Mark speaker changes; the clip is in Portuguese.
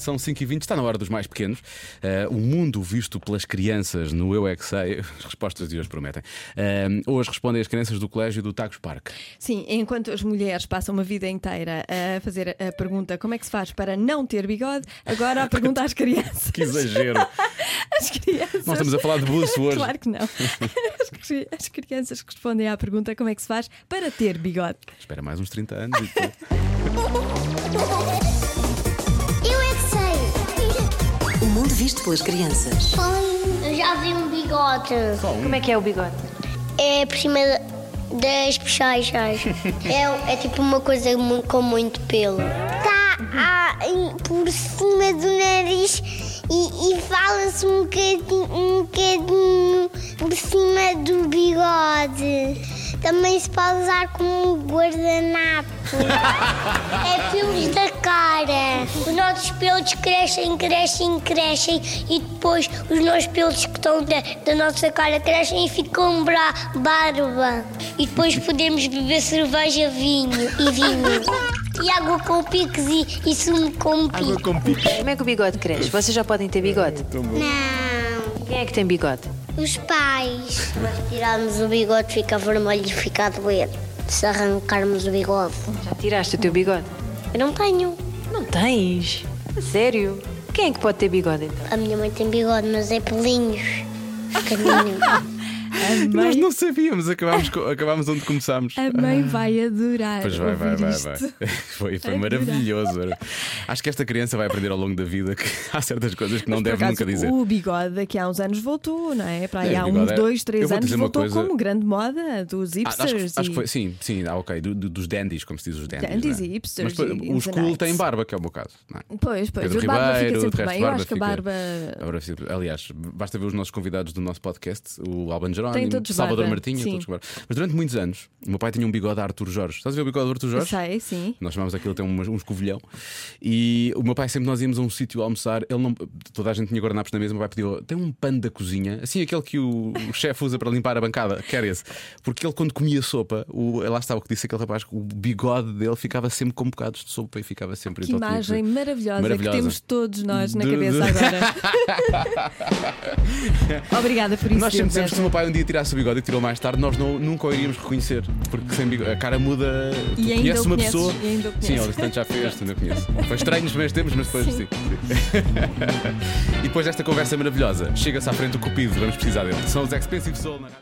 Speaker 1: São 5h20, está na hora dos mais pequenos. Eh, o mundo visto pelas crianças no Eu É Que Sei. As respostas de hoje prometem. Eh, hoje respondem as crianças do colégio do Tacos Parque.
Speaker 2: Sim, enquanto as mulheres passam uma vida inteira a fazer a pergunta como é que se faz para não ter bigode, agora a pergunta às crianças.
Speaker 1: Que exagero!
Speaker 2: As crianças.
Speaker 1: Nós estamos a falar de buço hoje.
Speaker 2: Claro que não. As, cri- as crianças que respondem à pergunta como é que se faz para ter bigode.
Speaker 1: Espera mais uns 30 anos e depois.
Speaker 3: Eu é que sei.
Speaker 4: O mundo visto pelas crianças.
Speaker 3: Eu já vi um bigode.
Speaker 5: Como é que é o bigode?
Speaker 3: É por cima das bochechas. é, é tipo uma coisa mu- com muito pelo. Está por cima do nariz e, fala-se um bocadinho, um bocadinho por cima do bigode. Também se pode usar como um guardanapo. É pelos da cara. Os nossos pelos crescem, crescem, crescem e depois os nossos pelos que estão da, da nossa cara crescem e ficam bra barba. E depois podemos beber cerveja, vinho e vinho. E água com picos e, e sumo com picos.
Speaker 5: Como é que o bigode cresce? Vocês já podem ter bigode?
Speaker 3: Não,
Speaker 5: Quem é que tem bigode?
Speaker 3: os pais. Mas tirarmos o bigode fica vermelho e fica a doer. Se arrancarmos o bigode.
Speaker 5: Já tiraste o teu bigode?
Speaker 3: Eu não tenho.
Speaker 5: Não tens? A sério? Quem é que pode ter bigode então?
Speaker 3: A minha mãe tem bigode, mas é pelinhos. Pequenino.
Speaker 1: Nós não sabíamos, acabámos, co- acabámos onde começámos.
Speaker 2: A mãe vai adorar.
Speaker 1: Ah. Pois vai, vai,
Speaker 2: ouvir
Speaker 1: vai,
Speaker 2: isto. É
Speaker 1: vai. Foi, foi maravilhoso. Acho que esta criança vai aprender ao longo da vida que há certas coisas que não
Speaker 2: Por
Speaker 1: deve
Speaker 2: acaso,
Speaker 1: nunca dizer.
Speaker 2: O bigode daqui há uns anos voltou, não é? Para aí
Speaker 1: É, o
Speaker 2: há
Speaker 1: bigode
Speaker 2: uns
Speaker 1: é-
Speaker 2: dois,
Speaker 1: eu
Speaker 2: três
Speaker 1: vou
Speaker 2: anos
Speaker 1: dizer uma
Speaker 2: voltou
Speaker 1: coisa-
Speaker 2: como grande moda dos
Speaker 1: Ah, acho, que-
Speaker 2: hipsters.
Speaker 1: acho que
Speaker 2: e-
Speaker 1: foi, sim, sim, ah, ok, do- do- dos dandies, como se diz os dandies.
Speaker 2: Dandies
Speaker 1: não é?
Speaker 2: e hipsters
Speaker 1: Mas,
Speaker 2: e-
Speaker 1: pô,
Speaker 2: e
Speaker 1: os cool
Speaker 2: Zanites.
Speaker 1: têm barba, que é o meu caso. não é?
Speaker 2: Pois, pois.
Speaker 1: Pedro
Speaker 2: a barba
Speaker 1: Ribeiro,
Speaker 2: fica
Speaker 1: o
Speaker 2: sempre
Speaker 1: resto
Speaker 2: bem.
Speaker 1: de
Speaker 2: Eu
Speaker 1: barba
Speaker 2: acho que a
Speaker 1: fica-
Speaker 2: barba.
Speaker 1: Agora, sim, aliás, basta ver os nossos convidados do nosso podcast, o Alban
Speaker 2: Têm
Speaker 1: Jerónimo,
Speaker 2: todos
Speaker 1: Salvador
Speaker 2: barba,
Speaker 1: Martinho,
Speaker 2: sim.
Speaker 1: todos com barba. Mas durante muitos anos, o meu pai tinha um bigode a Arthur Jorge. Estás a ver o bigode do Arthur Jorge?
Speaker 2: Sei, sim.
Speaker 1: Nós chamámos aquilo até um, um escovilhão. E o meu pai sempre nós íamos a um sítio almoçar. Ele não, toda a gente tinha guardanapos na mesa. O meu pai pediu: tem um pano da cozinha, assim aquele que o, o chefe usa para limpar a bancada. Quer esse. Porque ele, quando comia sopa, o, lá estava o que disse aquele rapaz, o bigode dele ficava sempre com bocados de sopa e ficava sempre.
Speaker 2: Que
Speaker 1: então tinha
Speaker 2: imagem maravilhosa,
Speaker 1: Maravilhosa.
Speaker 2: que temos todos nós na
Speaker 1: De-
Speaker 2: cabeça
Speaker 1: de-
Speaker 2: agora. Obrigada por isso.
Speaker 1: Nós sempre
Speaker 2: Diogo
Speaker 1: dissemos que se o
Speaker 2: Beja.
Speaker 1: meu pai um dia tirasse o bigode e tirou mais tarde, nós não, nunca o iríamos reconhecer. Porque sem bigode, a cara muda. Tu
Speaker 2: E ainda
Speaker 1: conheces
Speaker 2: o
Speaker 1: uma
Speaker 2: conheces,
Speaker 1: pessoa.
Speaker 2: e ainda o
Speaker 1: Sim,
Speaker 2: conheces.
Speaker 1: olha, tanto já fez, ainda conheço. Foi estranho nos primeiros tempos, mas depois sim. sim. e depois desta conversa maravilhosa, chega-se à frente o Cupido, vamos precisar dele. São os Expensive Soul na rádio.